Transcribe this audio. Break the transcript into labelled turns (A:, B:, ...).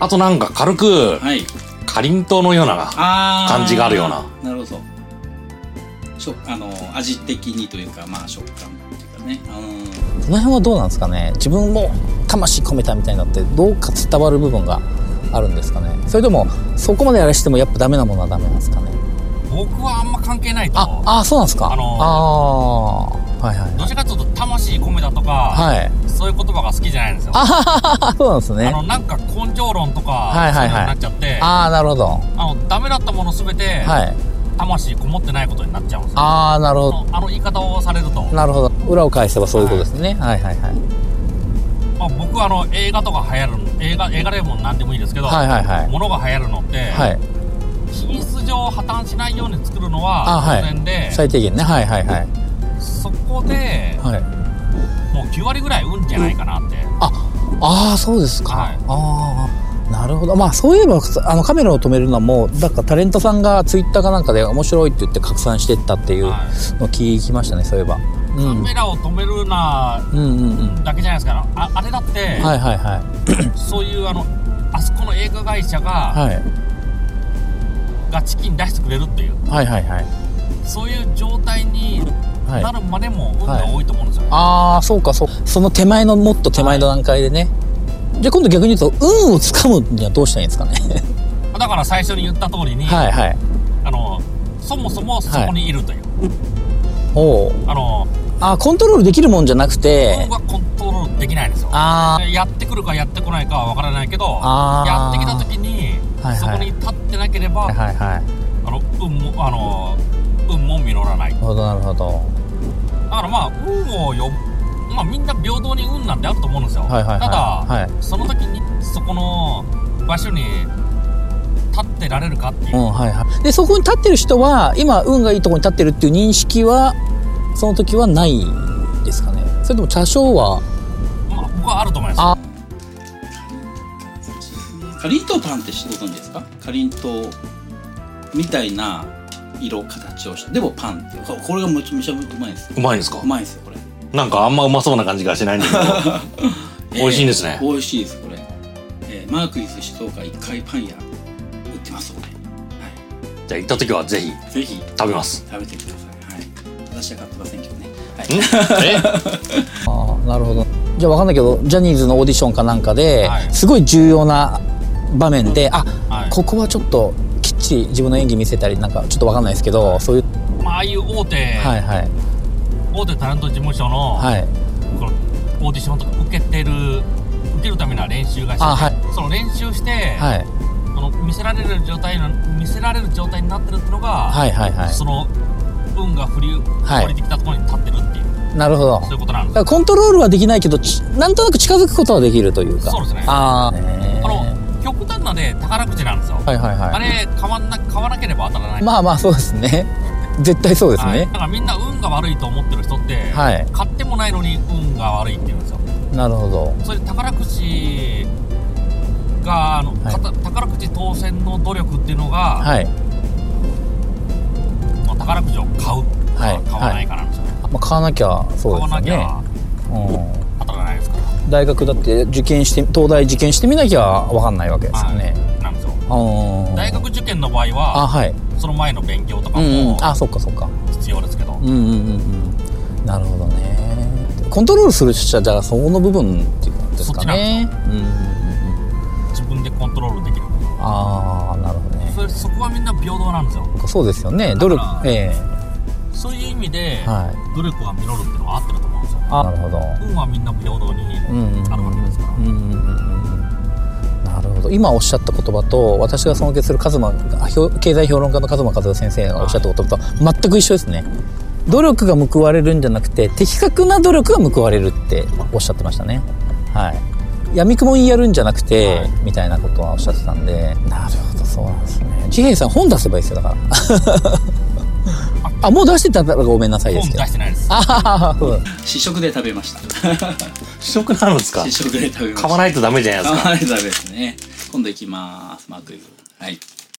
A: あとなんか軽く、
B: はい。
A: かりんとうのような、
B: あー
A: 感じがあるような。
B: なるほど。食あの味的にというかまあ食感っていうかね。うん
C: その辺はどうなんですかね自分も魂込めたみたいになってどうか伝わる部分があるんですかねそれともそこまでやらしてもやっぱダメなものはダメなんですかね
D: 僕はあんま関係ないと
C: あ
D: 思う
C: あそうなんですか、
D: あのー
C: あーはいはい
D: どちらかというと魂込めたとか、
C: はい
D: そういう言葉が好きじゃないんですよあ
C: あそうなんですね
D: のなんか根性論とか、
C: はいはいは
D: そうい
C: い
D: うのになっちゃってあ
C: ああなるほど
D: のダメだったもの全て、
C: はい
D: 魂こもってないことになっちゃうんですよ
C: ああなるほ
D: あ
C: ど
D: のあの言い方をされると、
C: なるほど裏を返せばそういうことですね、はい、はいはいはい
D: まあ、僕はあの映画とか流行るの映画映画でも何でもいいですけど、
C: はいはいはい
D: 物が流行るのって、
C: はい
D: 品質上破綻しないように作るの
C: あは
D: はい当然で、
C: 最低限ねはいはいはい
D: そこで
C: はい
D: もう9割ぐらい運じゃないかなって、
C: ああそうですか、
D: はい
C: ああなるほどまあそういえばあのカメラを止めるのはもうだからタレントさんがツイッターかなんかで面白いって言って拡散してったっていう
D: はい
C: のを聞きましたねそういえば、う
D: カ
C: ん、うん
D: メラを止めるな
C: うんうん
D: だけじゃないですかああれだって、
C: はいはいはい
D: そういうあのあそこの映画会社が、
C: はい
D: がチキン出してくれるっていう
C: はいはいはい
D: そういう状態に
C: はい
D: なるまでも運が多いと思うんですよ、ね
C: ああそうかそうその手前のもっと手前の段階でね、じゃあ今度逆に言うと運をつかむにはどうしたらいいんですかね
D: だから最初に言った通りに、
C: はいはい
D: あのそもそもそこにいるという、
C: おう
D: あの
C: ああコントロールできるもんじゃなくて
D: 運はコントロールできないんですよ
C: あ
D: やってくるかやってこないかは分からないけどや
C: あ
D: っ
C: ー
D: てきた時に、
C: はいはい
D: そこに立ってなければ、
C: あはいはいはい
D: あの運もあの運も実らないだ
C: なるほどなるほど
D: からまあ運を呼ぶまあみんな平等に運なんてあると思うんですよ、
C: はいはいはい
D: ただ、
C: はい
D: その時にそこの場所に立ってられるかっていう、
C: うんはいはい、でそこに立ってる人は今運がいいところに立ってるっていう認識はその時はないですかねそれとも多少は
D: まあ僕はあると思います
C: あ
B: かりんとうパンってご存知ですか？かりんとうみたいな色形をしてでもパンってここれがめちゃめちゃうまいです。
A: うまいんですか
B: うまいですよこれ。
A: なんかあんまうまそうな 感じがしないんだけど。美味しいんですね
B: えー美味しいですこれ。えーマークイズ静岡一回パン屋売ってますこれ。は
A: じゃあ行った時はぜひ
B: い。ぜひ
A: 食べます。
B: 食べてください。はい。私は買ってませんけどね。は
A: ん
B: い。
A: え
C: あーなるほどじゃあ分かんないけどジャニーズのオーディションかなんかで、
D: はい
C: すごい重要な場面で、あ、
D: はい
C: ここはちょっときっちり自分の演技見せたりなんかちょっと分かんないですけどそういう
D: まあああいう大手、
C: はいはい
D: 大手タレント事務所の,、
C: はい
D: このオーディションとか受けてる受けるための練習がして、
C: あはい
D: その練習して、
C: はい
D: その見せられる状態の見せられる状態になってるってのが、
C: はいはいは
D: その運が振り
C: はい
D: 降りてきたところに立ってるっていう、
C: いなるほど
D: そういうことなんで
C: だからコントロールはできないけどちなんとなく近づくことはできるというか
D: そうですね
C: ああ
D: すあの極端なね宝くじなんですよ、
C: はいはいはい
D: あれ買わな買わなければ当たらない
C: まあまあそうですね。 絶対そうです
D: はい
C: ね
D: だ。からみんな運が悪いと思ってる人って、
C: はい。
D: 買ってもないのに運が悪いって言うんですよ
C: なるほど。
D: それで宝くじがあの、
C: はい
D: かた宝くじ当選の努力っていうのが、
C: はい。
D: まあ宝くじを買うか、
C: はい
D: 買わないかなんですよね、
C: まあ買わなきゃそうで
D: 買
C: す
D: わ
C: よ
D: なき
C: ね。
D: ゃ
C: う
D: 当たらないですか
C: ん。大学だって受験して東大受験してみなきゃわかんないわけですよね。
D: らなんですよ
C: うん。
D: 大学受験の場合
C: あ
D: は
C: はい。
D: その前の勉強とか
C: うんうん
D: も。
C: あそっかそっか。
D: 必要ですけど、
C: うんうんうんうん。なるほどね。コントロールする人はじゃあそこの部分っていうことですかね。うんうんうんうん。
D: 自分でコントロールできる
C: ああなるほどね。
D: それそこはみんな平等なんですよ
C: そうですよね。努力
D: だから
C: え
D: そういう意味で、
C: えはい。
D: 努力は実るっていうのは合ってると思うんですよ
C: あなるほど。
D: 運はみんな平等にあるわけですから、
C: うんうんうんうんなるほど今おっしゃった言葉と私が尊敬する一馬あひょ経済評論家の一馬和代先生がおっしゃった言葉と全く一緒ですね努力が報われるんじゃなくて的確な努力が報われるっておっしゃってましたねはい闇雲にやるんじゃなくて、
D: はい
C: みたいなことはおっしゃってたんでなるほどそうなんですね地平さん本出せばいいですよだからあもう出してたらごめんなさいで
D: 本
C: すけど
D: 出してないです
C: ああそう
B: 試食で食べました。
A: 試食なるんですか
B: 試食で食べました。
A: 買わないとダメじゃないです
B: 買
A: か。
B: わないとダメですね。今度行きます。マークイズ。はい。